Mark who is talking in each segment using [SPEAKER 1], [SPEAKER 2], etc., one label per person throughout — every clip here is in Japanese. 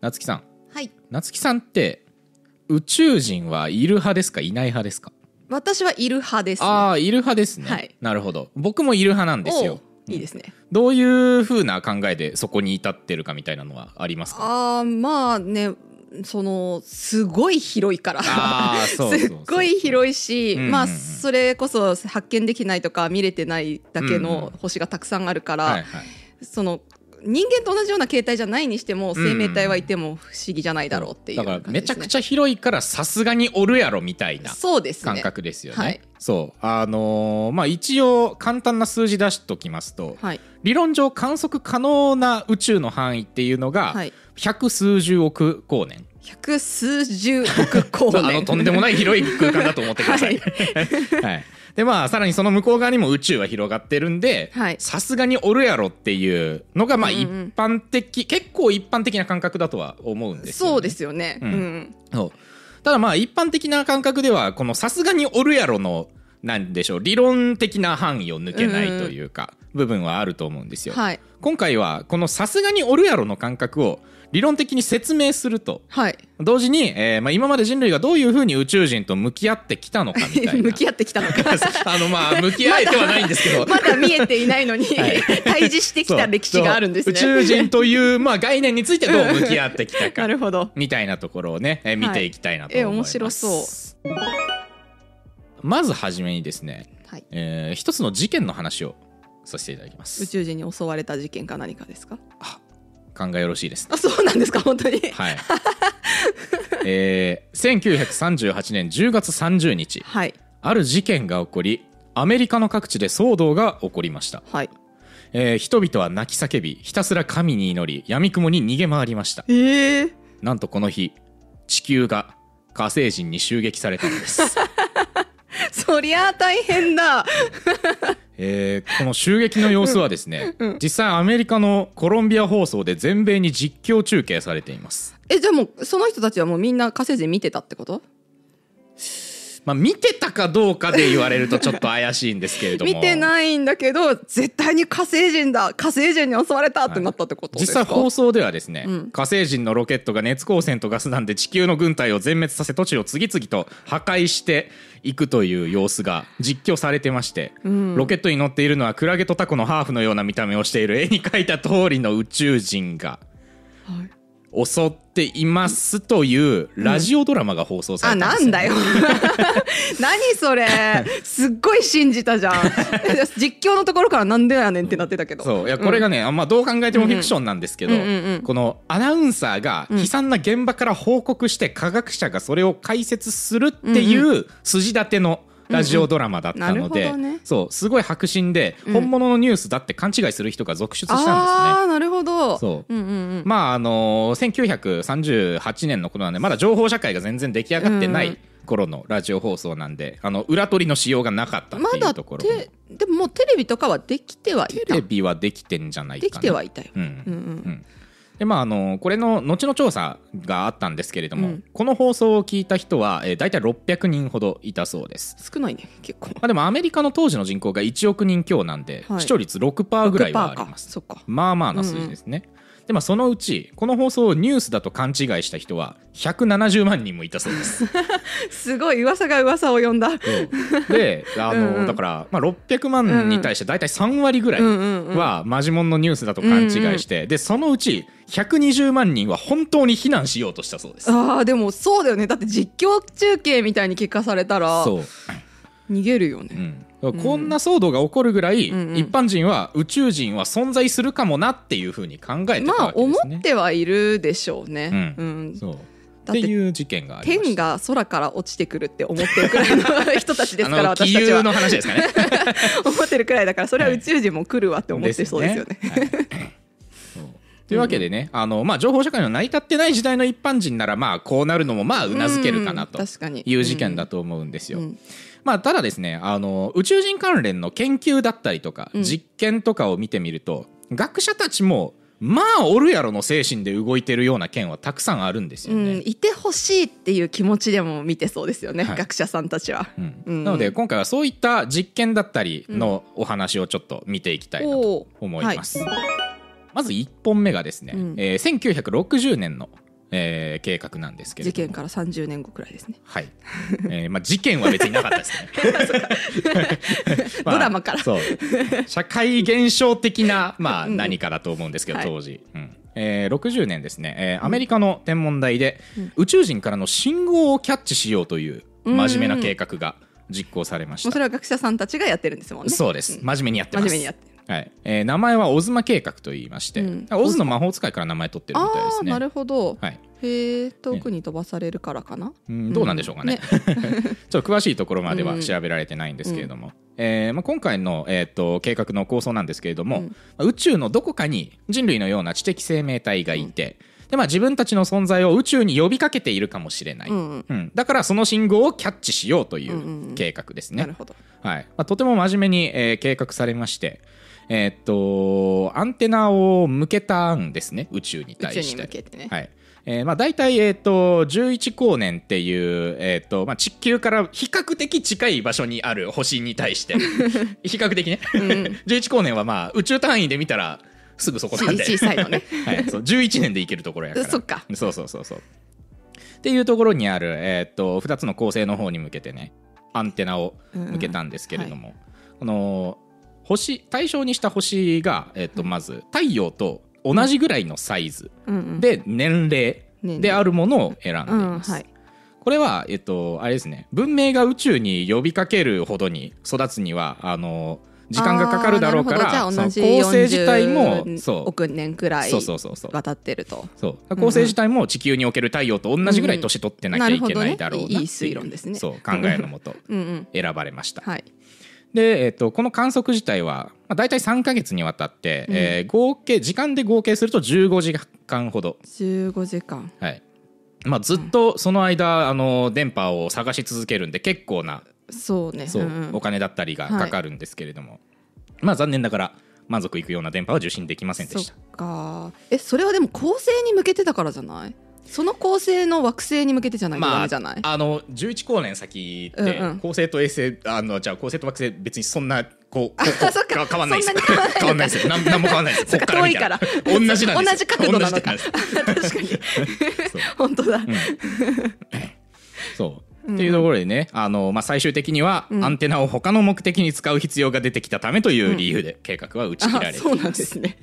[SPEAKER 1] 夏木さん
[SPEAKER 2] はい
[SPEAKER 1] 夏木さんって宇宙人はいる派ですかいない派ですか
[SPEAKER 2] 私はいる派です、ね、
[SPEAKER 1] ああいる派ですね、
[SPEAKER 2] はい
[SPEAKER 1] なるほど僕もいる派なんですよ
[SPEAKER 2] おいいですね、
[SPEAKER 1] どういう風な考えでそこに至ってるかみたいなのはありますか
[SPEAKER 2] ああまあねそのすごい広いから
[SPEAKER 1] あーそうそうそう
[SPEAKER 2] すっごい広いし、
[SPEAKER 1] うんうんうん
[SPEAKER 2] まあそれこそ発見できないとか見れてないだけの星がたくさんあるから、
[SPEAKER 1] はいはい
[SPEAKER 2] その人間と同じような形態じゃないにしても生命体はいても不思議じゃないだろうっていう
[SPEAKER 1] だから
[SPEAKER 2] 感じ
[SPEAKER 1] め
[SPEAKER 2] ですね
[SPEAKER 1] ちゃくちゃ広いからさすがにおるやろみたいな
[SPEAKER 2] そうですね
[SPEAKER 1] 感覚ですよね。
[SPEAKER 2] はい
[SPEAKER 1] そうあのーまあ一応簡単な数字出しときますと、
[SPEAKER 2] はい
[SPEAKER 1] 理論上観測可能な宇宙の範囲っていうのが
[SPEAKER 2] はい
[SPEAKER 1] 百数十億光年、
[SPEAKER 2] 百数十億光年
[SPEAKER 1] あのとんでもない広い空間だと思ってください。 はいでまあさらにその向こう側にも宇宙は広がってるんで
[SPEAKER 2] はい
[SPEAKER 1] さすがにおるやろっていうのがまあ
[SPEAKER 2] うん
[SPEAKER 1] 一
[SPEAKER 2] うん
[SPEAKER 1] 般的、結構一般的な感覚だとは思うんですよ、ね。
[SPEAKER 2] そうですよね、
[SPEAKER 1] う
[SPEAKER 2] うんん
[SPEAKER 1] そうただまあ一般的な感覚ではこのさすがにおるやろのなんでしょう理論的な範囲を抜けない
[SPEAKER 2] うんうん
[SPEAKER 1] というか部分はあると思うんですよ。
[SPEAKER 2] はい
[SPEAKER 1] 今回はこのさすがにおるやろの感覚を理論的に説明すると
[SPEAKER 2] はい
[SPEAKER 1] 同時に、えーまあ、今まで人類がどういうふうに宇宙人と向き合ってきたのかみたいな
[SPEAKER 2] 向き合ってきたのか
[SPEAKER 1] あのまあ向き合えてはないんですけど
[SPEAKER 2] まだ見えていないのに、
[SPEAKER 1] い
[SPEAKER 2] 対峙してきた歴史があるんですね
[SPEAKER 1] そう宇宙人という、まあ、概念についてどう向き合ってき たか
[SPEAKER 2] なるほど
[SPEAKER 1] みたいなところをね、えー見ていきたいなと思います。。
[SPEAKER 2] えー面白そう
[SPEAKER 1] まずはじめにですね、
[SPEAKER 2] はい
[SPEAKER 1] えー一つの事件の話をさせていただきま
[SPEAKER 2] 宇
[SPEAKER 1] す。
[SPEAKER 2] 宙人に襲われた事件か何かですか
[SPEAKER 1] 考えよろしいですね。
[SPEAKER 2] あそうなんですか本当に
[SPEAKER 1] はい。 えー、1938年10月30日、
[SPEAKER 2] はい
[SPEAKER 1] ある事件が起こり、アメリカの各地で騒動が起こりました。
[SPEAKER 2] はい
[SPEAKER 1] えー人々は泣き叫び、ひたすら神に祈り、闇雲に逃げ回りました。
[SPEAKER 2] えー、
[SPEAKER 1] なんとこの日、地球が火星人に襲撃されたの です。
[SPEAKER 2] そりゃあ大変だ
[SPEAKER 1] えーこの襲撃の様子はですね、
[SPEAKER 2] うんうん
[SPEAKER 1] 実際アメリカのコロンビア放送で全米に実況中継されています。
[SPEAKER 2] えじゃあもうその人たちはもうみんな火星人見てたってこと
[SPEAKER 1] まあ、見てたかどうかで言われるとちょっと怪しいんですけれども
[SPEAKER 2] 見てないんだけど絶対に火星人だ火星人に襲われたってなったってことで
[SPEAKER 1] 実
[SPEAKER 2] すか、
[SPEAKER 1] 際放送ではですね、
[SPEAKER 2] うん
[SPEAKER 1] 火星人のロケットが熱光線とガス弾で地球の軍隊を全滅させ土地を次々と破壊していくという様子が実況されてまして、
[SPEAKER 2] ん
[SPEAKER 1] ロケットに乗っているのはクラゲとタコのハーフのような見た目をしている絵に描いた通りの宇宙人が
[SPEAKER 2] はい
[SPEAKER 1] 襲っていますというラジオドラマが放送さ
[SPEAKER 2] あ
[SPEAKER 1] れたん
[SPEAKER 2] な
[SPEAKER 1] です
[SPEAKER 2] ん
[SPEAKER 1] よ、
[SPEAKER 2] だ よ何それすっごい信じたじゃん 実況のところからなんでやねんってなってたけど
[SPEAKER 1] そういやこれがね、あんまどう考えてもフィクションなんですけど、
[SPEAKER 2] うんうんうんうん
[SPEAKER 1] このアナウンサーが悲惨な現場から報告して科学者がそれを解説するっていう筋立てのラジオドラマだったので、
[SPEAKER 2] うんうんなるほどね
[SPEAKER 1] そうすごい迫真で、
[SPEAKER 2] うん
[SPEAKER 1] 本物のニュースだって勘違いする人が続出したんですね。
[SPEAKER 2] ああなるほど
[SPEAKER 1] そう
[SPEAKER 2] うんうんうん
[SPEAKER 1] まああのー1938年のことなんでまだ情報社会が全然出来上がってな
[SPEAKER 2] うん
[SPEAKER 1] い頃のラジオ放送なんで、あの裏取りのしようがなかったって
[SPEAKER 2] ま
[SPEAKER 1] い
[SPEAKER 2] だ
[SPEAKER 1] うところも
[SPEAKER 2] てでももうテレビとかはできてはい
[SPEAKER 1] テ
[SPEAKER 2] た
[SPEAKER 1] レビはできてんじゃないかな
[SPEAKER 2] できてはいたよ、
[SPEAKER 1] うん
[SPEAKER 2] うんうん
[SPEAKER 1] でまあ、あのこれの後の調査があったんですけれども、
[SPEAKER 2] うん
[SPEAKER 1] この放送を聞いた人は、えー、大体600人ほどいたそうです、
[SPEAKER 2] 少ないね結構
[SPEAKER 1] まあ、でもアメリカの当時の人口が1億人強なんで、
[SPEAKER 2] はい
[SPEAKER 1] 視聴率6%ぐらいはあり
[SPEAKER 2] 6%か
[SPEAKER 1] ます
[SPEAKER 2] そっか
[SPEAKER 1] まあまあな数字ですね、でまあそのうちこの放送をニュースだと勘違いした人は170万人もいたそうです
[SPEAKER 2] すごい噂が噂を呼んだ
[SPEAKER 1] そうであの、
[SPEAKER 2] うんうん
[SPEAKER 1] だから、まあ、600万に対して大体3割ぐらい
[SPEAKER 2] うんうんうん
[SPEAKER 1] はマジモンのニュースだと勘違いして、でそのうち120万人は本当に避難しようとしたそうです
[SPEAKER 2] あーでもそうだよねだって実況中継みたいに聞かされたら
[SPEAKER 1] そう、
[SPEAKER 2] 逃げるよ
[SPEAKER 1] う
[SPEAKER 2] ね、
[SPEAKER 1] ん、こんな騒動が起こるぐらい、
[SPEAKER 2] うんうん
[SPEAKER 1] 一般人は宇宙人は存在するかもなっていうふうに考えてた
[SPEAKER 2] ま
[SPEAKER 1] わ
[SPEAKER 2] あ
[SPEAKER 1] けで
[SPEAKER 2] 思
[SPEAKER 1] すね。
[SPEAKER 2] ってはいるでしょうね、
[SPEAKER 1] う
[SPEAKER 2] うん
[SPEAKER 1] そうっ
[SPEAKER 2] だってて
[SPEAKER 1] いう事件がありま
[SPEAKER 2] 天
[SPEAKER 1] した。
[SPEAKER 2] が空から落ちてくるって思ってるくらいの人たちです か
[SPEAKER 1] あ
[SPEAKER 2] ら
[SPEAKER 1] の気
[SPEAKER 2] 私たち
[SPEAKER 1] 流の
[SPEAKER 2] は
[SPEAKER 1] 話ですかね。
[SPEAKER 2] 思ってるくらいだからそれは宇宙人も来るわって思ってそうですよね。
[SPEAKER 1] すよね。はいそうというわけでね、あのまあ情報社会の成り立ってない時代の一般人ならまあこうなるのもまあうなずけるかなと
[SPEAKER 2] うん確かに
[SPEAKER 1] いう事件だと思うんですよ。
[SPEAKER 2] うん
[SPEAKER 1] まあ、ただですねあの宇宙人関連の研究だったりとか、
[SPEAKER 2] うん
[SPEAKER 1] 実験とかを見てみると学者たちもまあおるやろの精神で動いてるような件はたくさんあるんです
[SPEAKER 2] う
[SPEAKER 1] よ
[SPEAKER 2] ん
[SPEAKER 1] ね。
[SPEAKER 2] いてほしいっていう気持ちでも見てそうですよね、
[SPEAKER 1] はい
[SPEAKER 2] 学者さんたちは。
[SPEAKER 1] うん
[SPEAKER 2] うん
[SPEAKER 1] なので今回はそういった実験だったりのお話をちょっと見ていきたいなと
[SPEAKER 2] おー
[SPEAKER 1] 思います。まず1本目がですね、
[SPEAKER 2] うん
[SPEAKER 1] えー1960年のえー計画なんですけれ
[SPEAKER 2] 事
[SPEAKER 1] ど
[SPEAKER 2] 件から30年後くらいですね
[SPEAKER 1] はい、えーまあ、事件は別になかったです ね まあ
[SPEAKER 2] ドラマから
[SPEAKER 1] そう社会現象的な、まあ、
[SPEAKER 2] うんうん
[SPEAKER 1] 何かだと思うんですけど
[SPEAKER 2] はい
[SPEAKER 1] 当時、うんえー60年ですね、えーアメリカの天文台で、宇宙人からの信号をキャッチしようという
[SPEAKER 2] うんうん
[SPEAKER 1] 真面目な計画が実行されまし
[SPEAKER 2] もう
[SPEAKER 1] た
[SPEAKER 2] それは学者さんたちがやってるんですもんね
[SPEAKER 1] そうです、真面目にやって
[SPEAKER 2] 真
[SPEAKER 1] ます
[SPEAKER 2] 面目にやってる
[SPEAKER 1] はいえー名前はオズマ計画と言いまして、
[SPEAKER 2] うん
[SPEAKER 1] オズの魔法使いから名前取ってるみたいで
[SPEAKER 2] あ
[SPEAKER 1] す
[SPEAKER 2] あ
[SPEAKER 1] ね
[SPEAKER 2] なるほど、
[SPEAKER 1] はい
[SPEAKER 2] へえ遠くに飛ばされるからかな、
[SPEAKER 1] うんどうなんでしょうかね,、ちょっと詳しいところまでは調べられてないんですけれども、えーまあ、今回の、えー、と計画の構想なんですけれども、
[SPEAKER 2] うん
[SPEAKER 1] まあ宇宙のどこかに人類のような知的生命体がいて、でまあ、自分たちの存在を宇宙に呼びかけているかもしれない、
[SPEAKER 2] うんうん
[SPEAKER 1] うんだからその信号をキャッチしようとい
[SPEAKER 2] んうんう
[SPEAKER 1] うん計画ですね。
[SPEAKER 2] なるほど
[SPEAKER 1] はいまあ、とても真面目に、えー計画されまして、えーっとアンテナを向けたんですね宇宙に
[SPEAKER 2] 宇
[SPEAKER 1] 対
[SPEAKER 2] 宙
[SPEAKER 1] し
[SPEAKER 2] に
[SPEAKER 1] て
[SPEAKER 2] 向。けてね、
[SPEAKER 1] はいえーまあ、大体、えー、と11光年っていう、えーとまあ、地球から比較的近い場所にある星に対して 比較的ね、11光年は、まあ、宇宙単位で見たらすぐそこなんで
[SPEAKER 2] 小さいのね
[SPEAKER 1] はい、そう11年で行けるところやから
[SPEAKER 2] そっか
[SPEAKER 1] そうそうそうそうっていうところにある、えー、と2つの恒星の方に向けてねアンテナを向けたんですけれども、この星対象にした星が、えー、とまず太陽と同じぐらいのサイズ、
[SPEAKER 2] うんうん、
[SPEAKER 1] で年齢
[SPEAKER 2] 年齢
[SPEAKER 1] であるものを選んでい
[SPEAKER 2] うん
[SPEAKER 1] ます、
[SPEAKER 2] はい、
[SPEAKER 1] これはえっとあれですね文明が宇宙に呼びかけるほどに育つにはあの時間がかかるだろうか
[SPEAKER 2] あーなる
[SPEAKER 1] ら
[SPEAKER 2] ほ
[SPEAKER 1] そ
[SPEAKER 2] どじゃあ
[SPEAKER 1] の
[SPEAKER 2] 同じ
[SPEAKER 1] 構成自体も
[SPEAKER 2] 40
[SPEAKER 1] そ
[SPEAKER 2] 億年くら
[SPEAKER 1] う
[SPEAKER 2] い
[SPEAKER 1] そうそうそうそう
[SPEAKER 2] 渡ってると
[SPEAKER 1] そう構成自体も地球における太陽と同じぐらい年取ってなきゃいけないだろうなって
[SPEAKER 2] うんうんなるほどねいい推論ですね
[SPEAKER 1] そう考えのもと
[SPEAKER 2] うんうん
[SPEAKER 1] 選ばれました
[SPEAKER 2] はい
[SPEAKER 1] で、えっとこの観測自体は、まあ、大体3か月にわたって、
[SPEAKER 2] うん
[SPEAKER 1] えー合計時間で合計すると15時間ほど
[SPEAKER 2] 15時間
[SPEAKER 1] はいまあ、ずっとその間、あの電波を探し続けるんで結構な
[SPEAKER 2] そうね
[SPEAKER 1] そう、
[SPEAKER 2] んん
[SPEAKER 1] お金だったりがかかるんですけれども、まあ残念ながら満足いくような電波は受信できませんでした
[SPEAKER 2] そっかえそれはでも恒星に向けてだからじゃないその恒星の惑星に向けてじゃないとダ
[SPEAKER 1] ま
[SPEAKER 2] メ
[SPEAKER 1] あ
[SPEAKER 2] じゃない、
[SPEAKER 1] あの11光年先って、
[SPEAKER 2] うんうん
[SPEAKER 1] 恒星と衛星あのじゃあ恒星と惑星別にそんなこうこう
[SPEAKER 2] あそっ
[SPEAKER 1] こ
[SPEAKER 2] か
[SPEAKER 1] う変わんないです
[SPEAKER 2] そんなに変わん
[SPEAKER 1] 変わんな
[SPEAKER 2] ないのか
[SPEAKER 1] いですよなんなんも変わんないです
[SPEAKER 2] そ
[SPEAKER 1] よ
[SPEAKER 2] っ
[SPEAKER 1] こ
[SPEAKER 2] か
[SPEAKER 1] っから
[SPEAKER 2] 遠い
[SPEAKER 1] 見た同じ
[SPEAKER 2] からら
[SPEAKER 1] なんですよ
[SPEAKER 2] 同じ角度なの
[SPEAKER 1] 同じな
[SPEAKER 2] か
[SPEAKER 1] んです
[SPEAKER 2] 確かに
[SPEAKER 1] そう
[SPEAKER 2] 本当だ、
[SPEAKER 1] そう。っていうところでね、あのまあ、最終的にはアンテナを他の目的に使う必要が出てきたためという理由で計画は打ち切られ
[SPEAKER 2] あ
[SPEAKER 1] てい
[SPEAKER 2] そうな
[SPEAKER 1] ま。
[SPEAKER 2] んですすね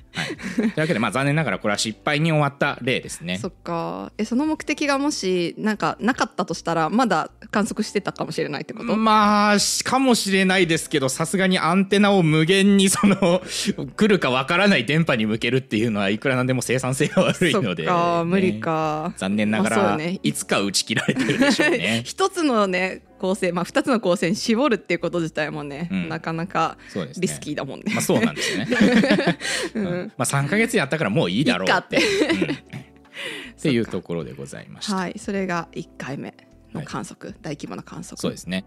[SPEAKER 1] というわけで、まあ、残念ながらこれは失敗に終わった例ですね
[SPEAKER 2] そ。っかえその目的がもしなんかなかったとしたらまだ観測してたかもしれないってこと、
[SPEAKER 1] まあしかもしれないですけどさすがにアンテナを無限にその 来るかわからない電波に向けるっていうのはいくらなんでも生産性が悪い
[SPEAKER 2] そ
[SPEAKER 1] の
[SPEAKER 2] っ
[SPEAKER 1] で、
[SPEAKER 2] か無理
[SPEAKER 1] ね
[SPEAKER 2] か、
[SPEAKER 1] 残念なが
[SPEAKER 2] まあそ
[SPEAKER 1] ら、
[SPEAKER 2] うね
[SPEAKER 1] いつか打ち切られてるでしょうね
[SPEAKER 2] 一つのね構成まあ二つの構成に絞るっていうこと自体もね、
[SPEAKER 1] うん
[SPEAKER 2] なかなか
[SPEAKER 1] そうですね
[SPEAKER 2] リスキーだもんね
[SPEAKER 1] まあそうなんですね。うんまあ3ヶ月やったからもういいだろうって。うんっていうところでございました。
[SPEAKER 2] はいそれが一回目の観測、大規模な観測
[SPEAKER 1] そうですね。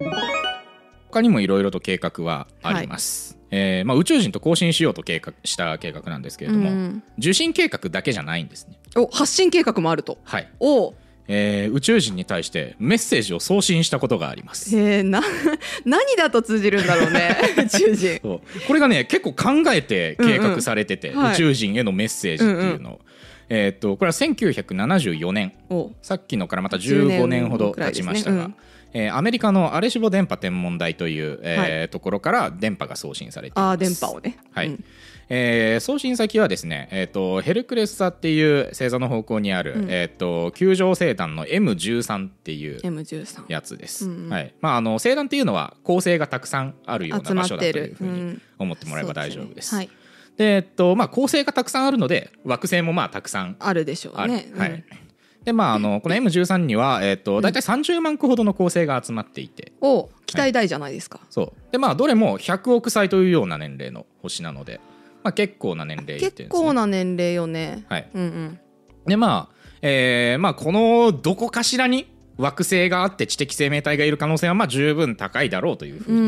[SPEAKER 1] 他にもいろいろと計画はあります。えーまあ、宇宙人と交信しようと計画した計画なんですけれども、
[SPEAKER 2] うん
[SPEAKER 1] 受信計画だけじゃないんですね。
[SPEAKER 2] お発信計画もあると
[SPEAKER 1] はい
[SPEAKER 2] お
[SPEAKER 1] えー宇宙人に対してメッセージを送信したことがあります。
[SPEAKER 2] へえな 何だと通じるんだろ うね宇宙人
[SPEAKER 1] そうこれがね結構考えて計画されてて、
[SPEAKER 2] うんうんはい
[SPEAKER 1] 宇宙人へのメッセージっていうのを、えーっとこれは1974年
[SPEAKER 2] お
[SPEAKER 1] さっきのからまた
[SPEAKER 2] 10
[SPEAKER 1] 15
[SPEAKER 2] 年
[SPEAKER 1] 年
[SPEAKER 2] ほ
[SPEAKER 1] ほ
[SPEAKER 2] ど
[SPEAKER 1] ど
[SPEAKER 2] くらい
[SPEAKER 1] 経ち
[SPEAKER 2] ですね
[SPEAKER 1] ましたが、
[SPEAKER 2] うん
[SPEAKER 1] えーアメリカのアレシボ電波天文台という、えーところから電波が送信されています。
[SPEAKER 2] あー電波をね
[SPEAKER 1] はい
[SPEAKER 2] うん
[SPEAKER 1] えー送信先はですね、えー、とヘルクレス座っていう星座の方向にある、えー、と球状星団の M13 っていう
[SPEAKER 2] M13
[SPEAKER 1] やつです、
[SPEAKER 2] うんうん
[SPEAKER 1] はいまあ、あの星団っていうのは恒星がたくさんあるような
[SPEAKER 2] 集ま
[SPEAKER 1] 場
[SPEAKER 2] っ
[SPEAKER 1] 所だと
[SPEAKER 2] てる
[SPEAKER 1] いうふう
[SPEAKER 2] う
[SPEAKER 1] に
[SPEAKER 2] ん
[SPEAKER 1] 思ってもらえば大丈夫です。
[SPEAKER 2] そうねはい
[SPEAKER 1] でえっとまあ、恒星がたくさんあるので惑星もまあたくさん
[SPEAKER 2] あるでしょう
[SPEAKER 1] ある、
[SPEAKER 2] ね
[SPEAKER 1] はいでまあ、あのこの M13 には、えっと大体30万個ほどの構成が集まっていて
[SPEAKER 2] うんお期待大じゃないですか、
[SPEAKER 1] そうでまあどれも100億歳というような年齢の星なので、まあ、結構な年齢っていうんです、ね、
[SPEAKER 2] 結構な年齢よね
[SPEAKER 1] はい
[SPEAKER 2] うんうん
[SPEAKER 1] でまあ、えーまあ、このどこかしらに惑星があって知的生命体がいる可能性はまあ十分高いだろうというふ
[SPEAKER 2] う
[SPEAKER 1] うに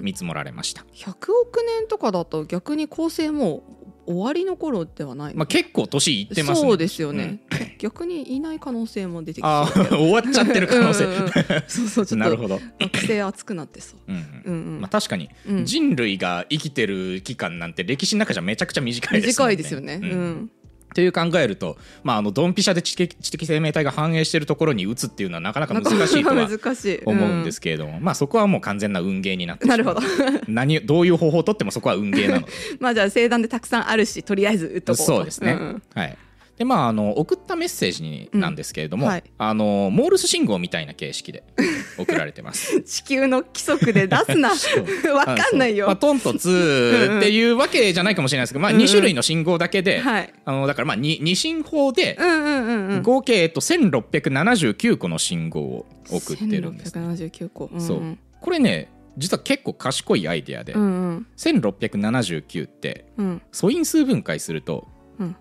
[SPEAKER 2] ん
[SPEAKER 1] 見積もられました、
[SPEAKER 2] 100億年とかだと逆に恒星もう終わりの頃ではないの
[SPEAKER 1] まあ、結構年いってますね
[SPEAKER 2] そうですよね、 逆にいない可能性も出てき
[SPEAKER 1] あ
[SPEAKER 2] そう
[SPEAKER 1] ー終わっ ちゃってる可能性、
[SPEAKER 2] うんうんうん そうそうち ょっ
[SPEAKER 1] なる
[SPEAKER 2] と
[SPEAKER 1] ほど、
[SPEAKER 2] 惑星熱くなってそう
[SPEAKER 1] うん
[SPEAKER 2] うんうん
[SPEAKER 1] まあ、確かに
[SPEAKER 2] うん
[SPEAKER 1] 人類が生きてる期間なんて歴史の中じゃめちゃくちゃ短いですもん
[SPEAKER 2] 短いですよね、うん
[SPEAKER 1] っていう考えると、まあ、あのドンピシャで知的知的生命体が反映しているところに打つっていうのはなかなか難しいとは
[SPEAKER 2] 難しい
[SPEAKER 1] 思うんですすけれども、まあ、そこはもう完全な運ゲーになってしま
[SPEAKER 2] な
[SPEAKER 1] う
[SPEAKER 2] るほど
[SPEAKER 1] 何どういう方法をとってもそこは運ゲーなので
[SPEAKER 2] まあじゃあ盛談でたくさんあるしとりあえず打っとこうと
[SPEAKER 1] そうですね、
[SPEAKER 2] ん
[SPEAKER 1] はいでまあ、あの送ったメッセージになんですけれども、
[SPEAKER 2] うんはい
[SPEAKER 1] あのモールス信号みたいな形式 で送られてます
[SPEAKER 2] うん地球の規則で出 すな
[SPEAKER 1] そう
[SPEAKER 2] わかんないよ
[SPEAKER 1] あそうまあ、トンとツーっていうわけじゃないかもしれないですけど、まあ、2種類の信号だけで、
[SPEAKER 2] はい
[SPEAKER 1] あのだからまあ 2, 2進法で
[SPEAKER 2] うんうんうんうん
[SPEAKER 1] 合計、えっと、1679個の信号を送ってるんです、
[SPEAKER 2] 1679個、んん
[SPEAKER 1] そうこれね実は結構賢いアイデアで、
[SPEAKER 2] うんうん
[SPEAKER 1] 1679って
[SPEAKER 2] うん
[SPEAKER 1] 素因数分解すると
[SPEAKER 2] うん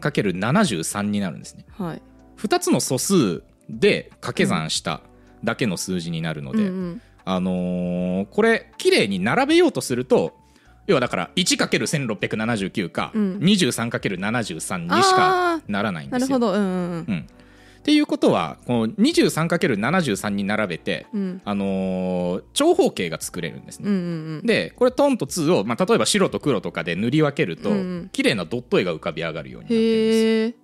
[SPEAKER 1] 23×73 になるんですね
[SPEAKER 2] はい
[SPEAKER 1] 2つの素数で掛け算しただけの数字になるので、
[SPEAKER 2] うんうん
[SPEAKER 1] あのーこれ綺麗に並べようとすると要はだから 1×1679 か、
[SPEAKER 2] うん
[SPEAKER 1] 23×73 にしかならないん
[SPEAKER 2] な
[SPEAKER 1] で
[SPEAKER 2] る
[SPEAKER 1] す
[SPEAKER 2] ほ
[SPEAKER 1] よ。
[SPEAKER 2] どうんうん
[SPEAKER 1] うん、っていうことはこの 23×73 に並べて、
[SPEAKER 2] うんうん
[SPEAKER 1] あのー長方形が作れるんです
[SPEAKER 2] うんう
[SPEAKER 1] ね。
[SPEAKER 2] んうん
[SPEAKER 1] でこれトンと2を、まあ、例えば白と黒とかで塗り分けると、
[SPEAKER 2] うんうん
[SPEAKER 1] 綺麗なドット絵が浮かび上がるようになってるんですよ。
[SPEAKER 2] へえ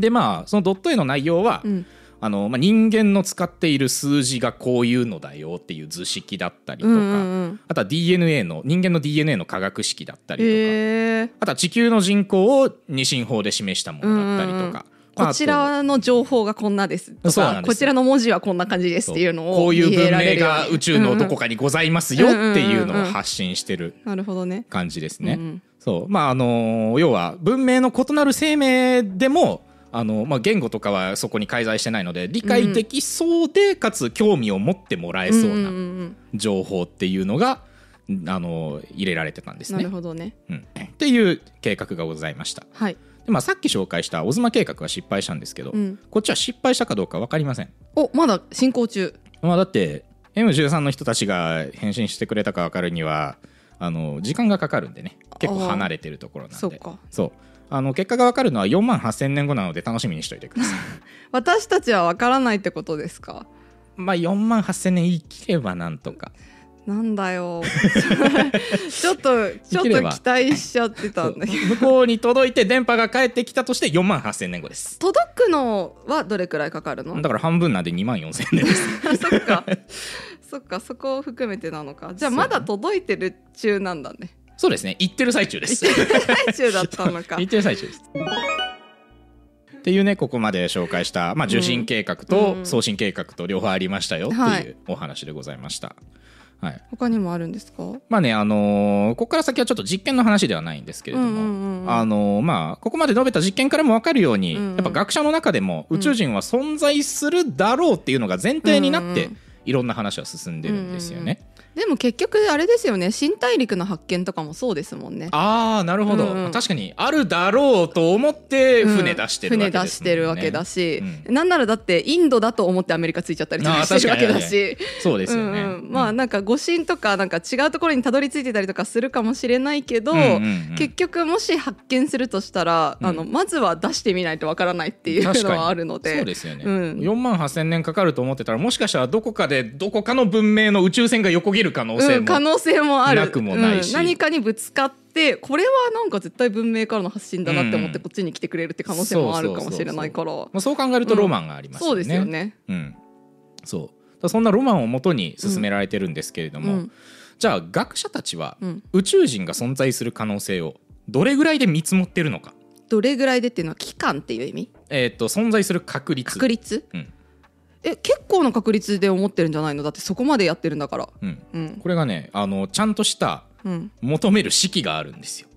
[SPEAKER 1] でまあそのドット絵の内容は、
[SPEAKER 2] うん
[SPEAKER 1] あのまあ、人間の使っている数字がこういうのだよっていう図式だったりと
[SPEAKER 2] う
[SPEAKER 1] か、
[SPEAKER 2] んうん
[SPEAKER 1] あとは DNA の人間の DNA の化学式だったりとか、
[SPEAKER 2] へえ
[SPEAKER 1] あとは地球の人口を二進法で示したものだったりとか、まあ
[SPEAKER 2] こちらの情報がこんなですと
[SPEAKER 1] そうな
[SPEAKER 2] か
[SPEAKER 1] んですよ
[SPEAKER 2] こちらの文字はこんな感じですっていうのを
[SPEAKER 1] こういう文明が宇宙のど
[SPEAKER 2] 男
[SPEAKER 1] こかにございますよっていうのを発信してる
[SPEAKER 2] なるほどね
[SPEAKER 1] 感じですね。
[SPEAKER 2] うんうん
[SPEAKER 1] そうまああの要は文明の異なる生命でもあの、まあ、言語とかはそこに介在してないので理解できそうで、かつ興味を持ってもらえそう
[SPEAKER 2] うん
[SPEAKER 1] な
[SPEAKER 2] うん
[SPEAKER 1] 情報っていうのが、あの入れられてたんで
[SPEAKER 2] うん
[SPEAKER 1] す
[SPEAKER 2] な
[SPEAKER 1] ね
[SPEAKER 2] る。ほどね
[SPEAKER 1] うんっていう計画がございました。
[SPEAKER 2] はい
[SPEAKER 1] でまあ、さっき紹介したオズマ計画は失敗したんですけど、
[SPEAKER 2] うん
[SPEAKER 1] こっちは失敗したかどうか分かりません、
[SPEAKER 2] おまだ進行中
[SPEAKER 1] まあ、だって M13 の人たちが返信してくれたか分かるにはあの時間がかかるんでね結構離れてるところなんで
[SPEAKER 2] そうか
[SPEAKER 1] そうあの結果が分かるのは4万8000年後なので楽しみにしておいてください
[SPEAKER 2] 私たちはわからないってことですか
[SPEAKER 1] まあ4万8000年生きればなんとか
[SPEAKER 2] なんだ よ ちょっとちょっと
[SPEAKER 1] きれば
[SPEAKER 2] 期待しちゃってたんだけど
[SPEAKER 1] 向こうに届いて電波が返ってきたとして4万8000年後です
[SPEAKER 2] 届くのはどれくらいかかるの
[SPEAKER 1] だから半分なんで2万4000年です
[SPEAKER 2] そっかそっかそこを含めてなのかじゃあ
[SPEAKER 1] そう
[SPEAKER 2] まだ届いてる中なんだね
[SPEAKER 1] そうですね行ってる最中 です
[SPEAKER 2] 最中だったの か
[SPEAKER 1] 言ってる最中です。っていうねここまで紹介した、まあ、受信計画と
[SPEAKER 2] うん
[SPEAKER 1] 送信計画と両方ありましたよって
[SPEAKER 2] はいいう
[SPEAKER 1] お話でございました。はい、
[SPEAKER 2] 他にもあるんですか
[SPEAKER 1] まあねあのーここから先はちょっと実験の話ではないんですけれども。あのーまあ、ここまで述べた実験からも分かるように、
[SPEAKER 2] うんうん
[SPEAKER 1] やっぱ学者の中でも宇宙人は存在するだろうっていうのが前提になって、
[SPEAKER 2] うんうん
[SPEAKER 1] いろんな話は進んでるんですよね。
[SPEAKER 2] でも結局あれですよね新大陸の発見とかもそうですもんね
[SPEAKER 1] ああなるほど、
[SPEAKER 2] うんうん
[SPEAKER 1] 確かにあるだろうと思って船出してるわけですもんね。
[SPEAKER 2] 船出してるわけだし、
[SPEAKER 1] う
[SPEAKER 2] なんならだってインドだと思ってアメリカついちゃったりと
[SPEAKER 1] あ
[SPEAKER 2] か
[SPEAKER 1] ー
[SPEAKER 2] してるわけだ
[SPEAKER 1] 確か
[SPEAKER 2] し
[SPEAKER 1] そうですよね。
[SPEAKER 2] うんうんまあなんか誤信とかなんか違うところにたどり着いてたりとかするかもしれないけど、
[SPEAKER 1] うんうんうん
[SPEAKER 2] 結局もし発見するとしたら、
[SPEAKER 1] うん
[SPEAKER 2] あのまずは出してみないとわからないっていう
[SPEAKER 1] 確
[SPEAKER 2] の
[SPEAKER 1] かに
[SPEAKER 2] はあるので
[SPEAKER 1] そうですよね、
[SPEAKER 2] うん
[SPEAKER 1] 4万8,000年かかると思ってたらもしかしたらどこかでどこかの文明の宇宙船が横切る可能性
[SPEAKER 2] うん、
[SPEAKER 1] も、
[SPEAKER 2] 可能性もある
[SPEAKER 1] なくもないし
[SPEAKER 2] うん何かにぶつかってこれはなんか絶対文明からの発信だなって思ってこっちに来てくれるって可能性もあるかもしれないから、
[SPEAKER 1] まあ、そう考えるとロマンがあります
[SPEAKER 2] そ
[SPEAKER 1] よ
[SPEAKER 2] う
[SPEAKER 1] ね。
[SPEAKER 2] ですよね。
[SPEAKER 1] うん、そうだからそんなロマンをもとに進められてるんですけれども、
[SPEAKER 2] うん
[SPEAKER 1] じゃあ学者たちは
[SPEAKER 2] うん
[SPEAKER 1] 宇宙人が存在する可能性をどれぐらいで見積もってるのか、
[SPEAKER 2] どれぐらいでっていうのは期間っていう意味
[SPEAKER 1] えー、と存在する確率
[SPEAKER 2] 確率
[SPEAKER 1] うん
[SPEAKER 2] え結構な確率で思ってるんじゃないのだってそこまでやってるんだから。
[SPEAKER 1] うん、
[SPEAKER 2] うん
[SPEAKER 1] これがねあのちゃんとした
[SPEAKER 2] うん
[SPEAKER 1] 求める式があるんですよ。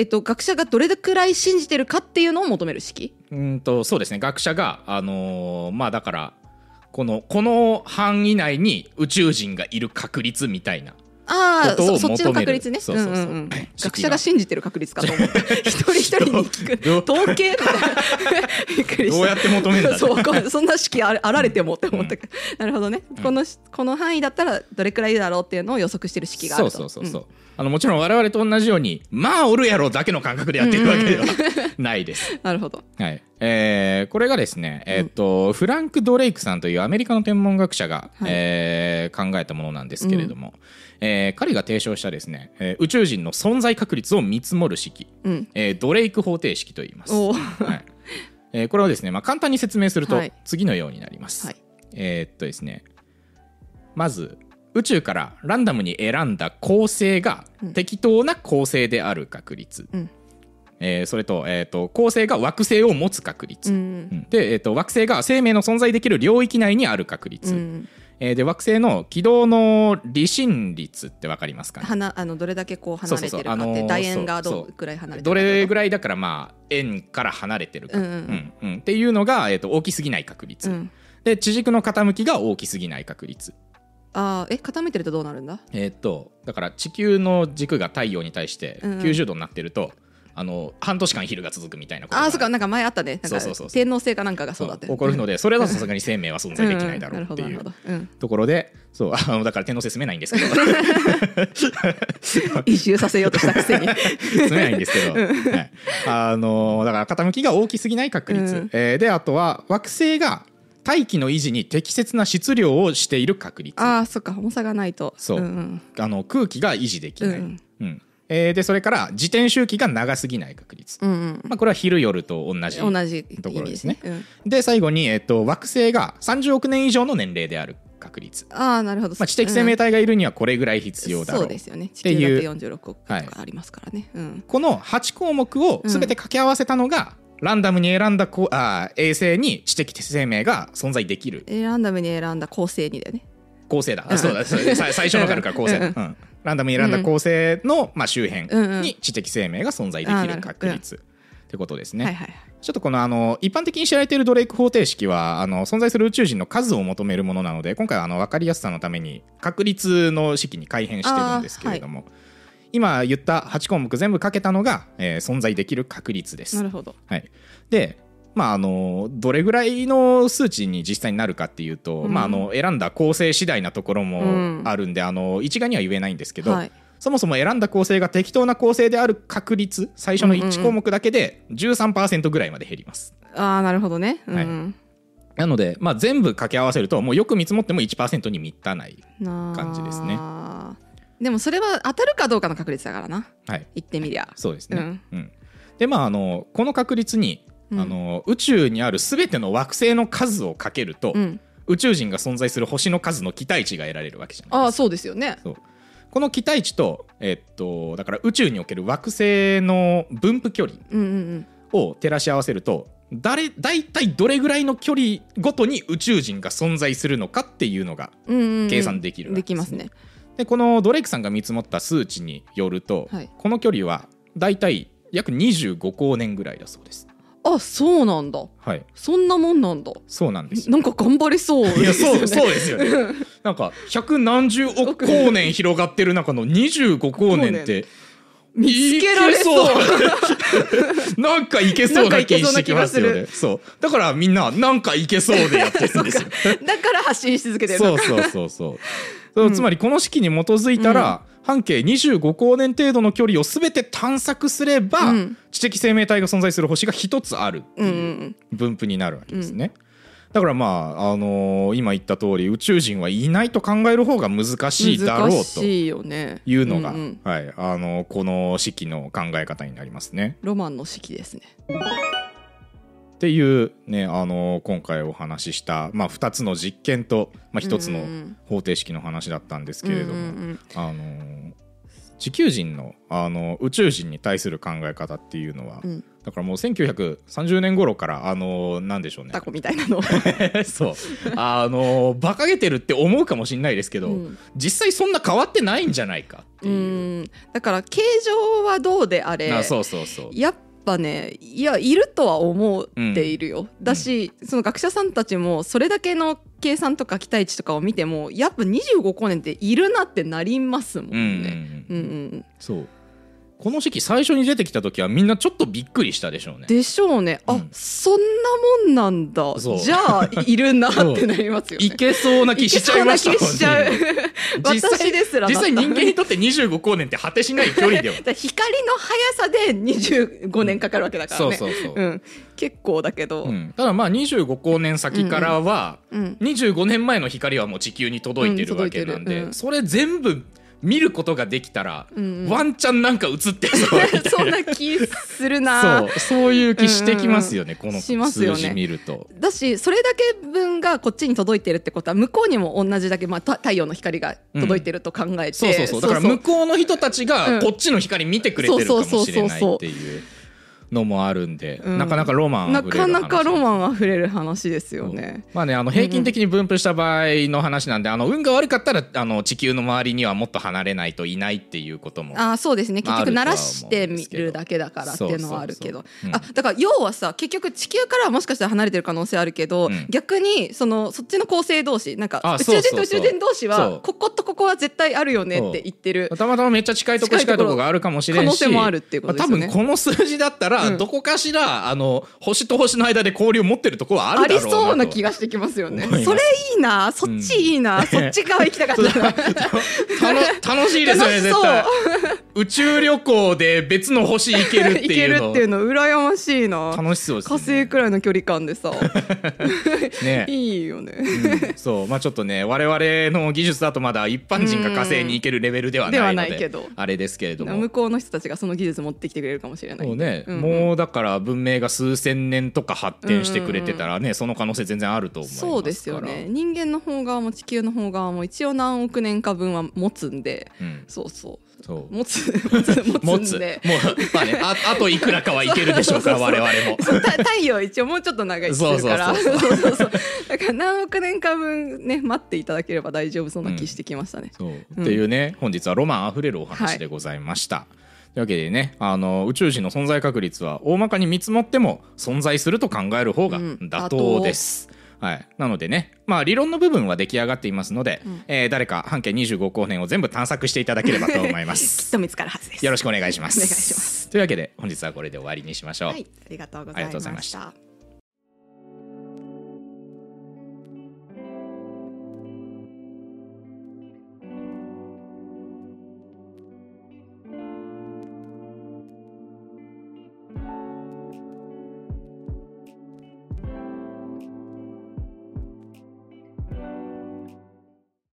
[SPEAKER 2] えっと、学者がどれくらい信じてるかっていうのを求める式
[SPEAKER 1] うんとそうですね学者があのーまあだからこのこの範囲内に宇宙人がいる確率みたいな
[SPEAKER 2] ああ
[SPEAKER 1] ことを
[SPEAKER 2] そそっちの
[SPEAKER 1] 求める
[SPEAKER 2] 確率ね
[SPEAKER 1] そうそうそう
[SPEAKER 2] うんうんん
[SPEAKER 1] 式が
[SPEAKER 2] 学者が信じてる確率かと思 った一人一人に聞く
[SPEAKER 1] ど
[SPEAKER 2] 統計みたいな びっくりした
[SPEAKER 1] どうやって求めるんだろう
[SPEAKER 2] そうこうそんな式あるあられてもって思ったけど、なるほどね、このしこの範囲だったらどれくらいだろうっていうのを予測してる式がある
[SPEAKER 1] そう
[SPEAKER 2] と
[SPEAKER 1] そうそうそう、あのもちろん我々と同じように「まあおるやろ」だけの感覚でやってるわけ ではないです。
[SPEAKER 2] なるほど。
[SPEAKER 1] はいえーこれがですね、えっとフランク・ドレイクさんというアメリカの天文学者が、
[SPEAKER 2] はい
[SPEAKER 1] えー考えたものなんですけれども、えー彼が提唱したですね、えー宇宙人の存在確率を見積もる式、
[SPEAKER 2] うん。
[SPEAKER 1] えードレイク方程式と言います。
[SPEAKER 2] おお。
[SPEAKER 1] はいえーこれをですね、まあ、簡単に説明すると
[SPEAKER 2] はい
[SPEAKER 1] 次のようになります。
[SPEAKER 2] はい
[SPEAKER 1] えーっとですねまず宇宙からランダムに選んだ恒星が
[SPEAKER 2] うん
[SPEAKER 1] 適当な恒星である確率、
[SPEAKER 2] うん
[SPEAKER 1] えーそれと,、えーっと恒星が惑星を持つ確率、
[SPEAKER 2] う。
[SPEAKER 1] うんんで、えーっと惑星が生命の存在できる領域内にある確率、
[SPEAKER 2] うん。
[SPEAKER 1] えーで惑星の軌道の離心率って分かりますかね
[SPEAKER 2] 離あのどれだけこう離れて
[SPEAKER 1] そうそう
[SPEAKER 2] るかって
[SPEAKER 1] そうあのー
[SPEAKER 2] 楕円が
[SPEAKER 1] そ
[SPEAKER 2] ど
[SPEAKER 1] う
[SPEAKER 2] うくらい離れて
[SPEAKER 1] ど
[SPEAKER 2] るか
[SPEAKER 1] れぐ
[SPEAKER 2] らい
[SPEAKER 1] らいだからまあ円から離れてるか、
[SPEAKER 2] うんうん
[SPEAKER 1] うんうんっていうのが、えー、と大きすぎない確率、
[SPEAKER 2] うん、
[SPEAKER 1] で地軸の傾きが大きすぎない確率
[SPEAKER 2] あーえ固めてるとどうなるんだ
[SPEAKER 1] えーっとだから地球の軸が太陽に対して
[SPEAKER 2] うんうん
[SPEAKER 1] 90度になってると、あの半年間昼が続くみたいなこと
[SPEAKER 2] あ
[SPEAKER 1] が
[SPEAKER 2] あそっかなんか前あったねなん
[SPEAKER 1] そう
[SPEAKER 2] か
[SPEAKER 1] そうそうそう
[SPEAKER 2] 天皇制かなんかがそうだって
[SPEAKER 1] 起こるのでそれだとさすがに生命は存在できないだろうって
[SPEAKER 2] ん
[SPEAKER 1] い
[SPEAKER 2] んなるほどなる
[SPEAKER 1] う
[SPEAKER 2] ほどうん
[SPEAKER 1] ところでそうあのだから天皇制住めないんです けど
[SPEAKER 2] 移住させようとした くせに
[SPEAKER 1] 住めないんですけど、はい、あのだから傾きが大きすぎない確率、
[SPEAKER 2] うん
[SPEAKER 1] えーであとは惑星が大気の維持に適切な質量をしている確率
[SPEAKER 2] ああそっか重さがないと
[SPEAKER 1] そうんあの空気が維持できない、う
[SPEAKER 2] うんん
[SPEAKER 1] えーでそれから自転周期が長すぎない確率、
[SPEAKER 2] うんうん
[SPEAKER 1] まあ、これは昼夜と同じ
[SPEAKER 2] うん同じ
[SPEAKER 1] ところですね
[SPEAKER 2] 意味うん
[SPEAKER 1] で最後に、えっと惑星が30億年以上の年齢である確率、
[SPEAKER 2] ああなるほど
[SPEAKER 1] まあ、知的生命
[SPEAKER 2] 体
[SPEAKER 1] 体がいるにはこれぐらい必要だろう,、
[SPEAKER 2] そうですよね地
[SPEAKER 1] てい
[SPEAKER 2] 球
[SPEAKER 1] う
[SPEAKER 2] だって46億と
[SPEAKER 1] はい
[SPEAKER 2] かありますからねうん
[SPEAKER 1] この8項目を全て掛け合わせたのが、ランダムに選んだこあー衛星に知的生命が存在できる
[SPEAKER 2] 選んだ目に選んだ構成にだよね
[SPEAKER 1] 構成だ、あ
[SPEAKER 2] うん
[SPEAKER 1] そうだ そうださ最初のがあるから構成だ、
[SPEAKER 2] うん
[SPEAKER 1] うんランダムに選んだ構成の、まあ、周
[SPEAKER 2] うんう
[SPEAKER 1] 辺
[SPEAKER 2] ん
[SPEAKER 1] に知的生命が存在で
[SPEAKER 2] あー
[SPEAKER 1] き
[SPEAKER 2] な
[SPEAKER 1] る
[SPEAKER 2] るほど
[SPEAKER 1] 確率、ってことですね、
[SPEAKER 2] はいはい
[SPEAKER 1] ちょっとこのあの一般的に知られているドレイク方程式はあの存在する宇宙人の数を求めるものなので今回はあの分かりやすさのために確率の式に改変してるんですけれども、今言った8項目全部かけたのが、えー存在できる確率で
[SPEAKER 2] な
[SPEAKER 1] す
[SPEAKER 2] る。ほど
[SPEAKER 1] はい、でまあ、あのどれぐらいの数値に実際になるかっていうと、
[SPEAKER 2] うん
[SPEAKER 1] まあ、あの選んだ構成次第なところ
[SPEAKER 2] うん
[SPEAKER 1] もあるんで、あの一概には言えないんですけど、
[SPEAKER 2] はい
[SPEAKER 1] そもそも選んだ構成が適当な構成である確率最初の1項目だけで13%ぐらいまで減ります。
[SPEAKER 2] ああなるほどねう
[SPEAKER 1] はい
[SPEAKER 2] ん
[SPEAKER 1] なので、まあ、全部掛け合わせるともうよく見積もっても1%に満たない、
[SPEAKER 2] なあ
[SPEAKER 1] 感じですね
[SPEAKER 2] でもそれは当たるかどうかの確率だからな
[SPEAKER 1] はい、
[SPEAKER 2] 言ってみりゃ
[SPEAKER 1] そうですね、う
[SPEAKER 2] うんん
[SPEAKER 1] でまああのこの確率に、
[SPEAKER 2] うん
[SPEAKER 1] あの宇宙にある全ての惑星の数をかけると、
[SPEAKER 2] うん
[SPEAKER 1] 宇宙人が存在する星の数の期待値が得られるわけじゃない
[SPEAKER 2] あ
[SPEAKER 1] で
[SPEAKER 2] あ
[SPEAKER 1] す
[SPEAKER 2] そうですよね
[SPEAKER 1] そうこの期待値と、えっと、だから宇宙における惑星の分布距離
[SPEAKER 2] うんうん
[SPEAKER 1] を照らし合わせると誰大体どれぐらいの距離ごとに宇宙人が存在するのかっていうのが
[SPEAKER 2] うんうんうん
[SPEAKER 1] 計算できるわけ
[SPEAKER 2] で
[SPEAKER 1] です
[SPEAKER 2] き
[SPEAKER 1] ね
[SPEAKER 2] ますね
[SPEAKER 1] でこのドレイクさんが見積もった数値によると、
[SPEAKER 2] はい
[SPEAKER 1] この距離はだいたい約25光年ぐらいだそうです。
[SPEAKER 2] あそうなんだ
[SPEAKER 1] はい、
[SPEAKER 2] そんなもんなんだ
[SPEAKER 1] そうなんですよ。
[SPEAKER 2] なんか頑張りそう
[SPEAKER 1] い
[SPEAKER 2] で
[SPEAKER 1] や
[SPEAKER 2] すよ
[SPEAKER 1] そう
[SPEAKER 2] ね
[SPEAKER 1] そうですよね。なんか百何十億光年広がってる中の25光年って
[SPEAKER 2] 見つけられそう
[SPEAKER 1] いけそう なんかいけそうな気してきますよね。そうだからみんななんかいけそうでやってるん ですよ。
[SPEAKER 2] だから発信し続けてる
[SPEAKER 1] そ
[SPEAKER 2] の
[SPEAKER 1] うそうそうそうそう、つまりこの式に基づいたら、半径25光年程度の距離を全て探索すれば、
[SPEAKER 2] うん
[SPEAKER 1] 知的生命体が存在する星が一つあるって
[SPEAKER 2] うんう
[SPEAKER 1] いうん分布になるわけですね。だからまあ、あのー今言った通り宇宙人はいないと考える方が難しいだろう
[SPEAKER 2] 難
[SPEAKER 1] と
[SPEAKER 2] しいよね
[SPEAKER 1] いうのが、
[SPEAKER 2] んん
[SPEAKER 1] はいあのーこの式の考え方になりますね。
[SPEAKER 2] ロマンの式ですね
[SPEAKER 1] っていうね、あのー今回お話しした、まあ、2つの実験と、まあ、1つの方程式の話だったんですけれども、
[SPEAKER 2] うんうんうん
[SPEAKER 1] あの地球人のあの宇宙人に対する考え方っていうのは、
[SPEAKER 2] うん
[SPEAKER 1] だからもう1930年頃からあのなんでしょうね
[SPEAKER 2] タコみたいなの
[SPEAKER 1] そうあの馬鹿げてるって思うかもしれないですけど、
[SPEAKER 2] うん
[SPEAKER 1] 実際そんな変わってないんじゃないかって
[SPEAKER 2] う
[SPEAKER 1] いう、
[SPEAKER 2] んだから形状はどうであれ
[SPEAKER 1] あそうそうそう
[SPEAKER 2] やっぱねいやいるとは思っているよ、だし、その学者さんたちもそれだけの計算とか期待値とかを見てもやっぱ25光年っているなってなりますも
[SPEAKER 1] うんうん
[SPEAKER 2] んね。
[SPEAKER 1] う
[SPEAKER 2] うんんうん
[SPEAKER 1] そうこの時期最初に出てきた時はみんなちょっとびっくりしたでしょうね
[SPEAKER 2] でしょうねあ、
[SPEAKER 1] うん
[SPEAKER 2] そんなもんなんだ
[SPEAKER 1] そう
[SPEAKER 2] じゃあいるなってなりますよ
[SPEAKER 1] い
[SPEAKER 2] ね
[SPEAKER 1] けそうな気しちゃいました
[SPEAKER 2] いけそうな気しちゃう
[SPEAKER 1] 本当に実際
[SPEAKER 2] 私ですらだ
[SPEAKER 1] 実
[SPEAKER 2] った
[SPEAKER 1] 際人間にとって25光年って果てしない距離では
[SPEAKER 2] だから光の速さで25年かかるわけだからね、
[SPEAKER 1] そうそうそう、
[SPEAKER 2] うん、結構だけど、
[SPEAKER 1] うんただまあ25光年先からは、
[SPEAKER 2] うん
[SPEAKER 1] 25年前の光はもう地球に届いてるわけなん
[SPEAKER 2] うん届いて
[SPEAKER 1] で、
[SPEAKER 2] るうん
[SPEAKER 1] それ全部見ることができたら、
[SPEAKER 2] うんうん
[SPEAKER 1] ワンチャンなんか映ってそうみたいな
[SPEAKER 2] そんな気する
[SPEAKER 1] そ
[SPEAKER 2] な
[SPEAKER 1] うそういう気してきますよね、こ
[SPEAKER 2] し
[SPEAKER 1] の
[SPEAKER 2] ますよ
[SPEAKER 1] 数
[SPEAKER 2] ね
[SPEAKER 1] 字見ると。
[SPEAKER 2] だしそれだけ分がこっちに届いてるってことは向こうにも同じだけ、まあ、た太陽の光が届いてると考えて、
[SPEAKER 1] そうそうそうだから向こうの人たち
[SPEAKER 2] う
[SPEAKER 1] が
[SPEAKER 2] ん
[SPEAKER 1] こっちの光見てくれてるかもしれないっていうのもあるんで、
[SPEAKER 2] うん
[SPEAKER 1] なかなかロマンあ
[SPEAKER 2] な
[SPEAKER 1] ふれる
[SPEAKER 2] か
[SPEAKER 1] 話
[SPEAKER 2] なかロマンあふれる話ですよね。
[SPEAKER 1] まあね、あの平均的に分布した場合の話なんで、あの運が悪かったらあの地球の周りにはもっと離れないといないっていうことも
[SPEAKER 2] あーそうですね結
[SPEAKER 1] あ
[SPEAKER 2] 局
[SPEAKER 1] るとは
[SPEAKER 2] 慣
[SPEAKER 1] 思うん
[SPEAKER 2] ら
[SPEAKER 1] です
[SPEAKER 2] し
[SPEAKER 1] けど
[SPEAKER 2] てみるだけだからっていうのはあるけど
[SPEAKER 1] そうそうそううん
[SPEAKER 2] あだから要はさ結局地球からはもしかしたら離れてる可能性あるけ
[SPEAKER 1] う
[SPEAKER 2] ど、
[SPEAKER 1] ん
[SPEAKER 2] 逆にそのそっちの恒星同士なんか
[SPEAKER 1] あ
[SPEAKER 2] 宇宙人
[SPEAKER 1] そ
[SPEAKER 2] と
[SPEAKER 1] う
[SPEAKER 2] 宇
[SPEAKER 1] そうそう
[SPEAKER 2] 宙人同士
[SPEAKER 1] そ
[SPEAKER 2] は
[SPEAKER 1] う
[SPEAKER 2] こことここは絶対あるよねって言ってる
[SPEAKER 1] た またまめっちゃ近いとこ近いとこがあるかもしれんし
[SPEAKER 2] 近いところ可能性もあるっていうことですよ
[SPEAKER 1] ま
[SPEAKER 2] ね
[SPEAKER 1] あ多分この数字だったら、
[SPEAKER 2] うん
[SPEAKER 1] どこかしらあの星と星の間で交流持ってるとこはあ
[SPEAKER 2] あ
[SPEAKER 1] るだろう
[SPEAKER 2] り
[SPEAKER 1] なと
[SPEAKER 2] そうな気がしてきますよね。
[SPEAKER 1] 思います
[SPEAKER 2] それいいなそっちいいな、そっち側行きたかった
[SPEAKER 1] そう
[SPEAKER 2] な
[SPEAKER 1] だ楽楽しいですよね
[SPEAKER 2] 楽
[SPEAKER 1] 絶
[SPEAKER 2] しそう
[SPEAKER 1] 対宇宙旅行で別の星行けるって
[SPEAKER 2] いけ
[SPEAKER 1] いう
[SPEAKER 2] る
[SPEAKER 1] の
[SPEAKER 2] ってい うの羨ましいな
[SPEAKER 1] 楽しそうです
[SPEAKER 2] 火
[SPEAKER 1] ね
[SPEAKER 2] 星くらいの距離感 でさ
[SPEAKER 1] ね
[SPEAKER 2] いいよね。
[SPEAKER 1] うんそうまあちょっとね我々の技術だとまだ一般人が火星に行けるレベルではないので
[SPEAKER 2] ではないけど
[SPEAKER 1] あれですけれども
[SPEAKER 2] 向こうの人たちがその技術持ってきてくれるかもしれない
[SPEAKER 1] もうね、
[SPEAKER 2] うんうん
[SPEAKER 1] もうだから文明が数千年とか発展してくれてたらね、その可能性全然あると思いますから
[SPEAKER 2] そうですよね、人間の方側も地球の方側も一応何億年か分は持つんで
[SPEAKER 1] うん、
[SPEAKER 2] そうそう
[SPEAKER 1] そう
[SPEAKER 2] 持つ持つ
[SPEAKER 1] 持
[SPEAKER 2] 持つ
[SPEAKER 1] つもう
[SPEAKER 2] んで
[SPEAKER 1] まあねああといくらかはいけるでしょうから
[SPEAKER 2] そう
[SPEAKER 1] 我
[SPEAKER 2] そうそう
[SPEAKER 1] 々
[SPEAKER 2] そう
[SPEAKER 1] も
[SPEAKER 2] た太陽一応もうちょっと長生きするから
[SPEAKER 1] そ
[SPEAKER 2] そううそうそうだから何億年か分ね待っていただければ大丈夫そんな気してきましたね、
[SPEAKER 1] そう、
[SPEAKER 2] うん
[SPEAKER 1] っていうね本日はロマンあふれるお話でございました、というわけでねあの宇宙人の存在確率は大まかに見積もっても存在すると考える方が
[SPEAKER 2] うん
[SPEAKER 1] 妥当です、はい、なのでね、まあ、理論の部分は出来上がっていますので、
[SPEAKER 2] ん
[SPEAKER 1] えー誰か半径25光年を全部探索していただければと思いま す
[SPEAKER 2] きっと見つかるはずです
[SPEAKER 1] よろしくお願いします。
[SPEAKER 2] お願いします
[SPEAKER 1] というわけで本日はこれで終わりにしましょう。
[SPEAKER 2] はいありがとうご
[SPEAKER 1] ありがとうございました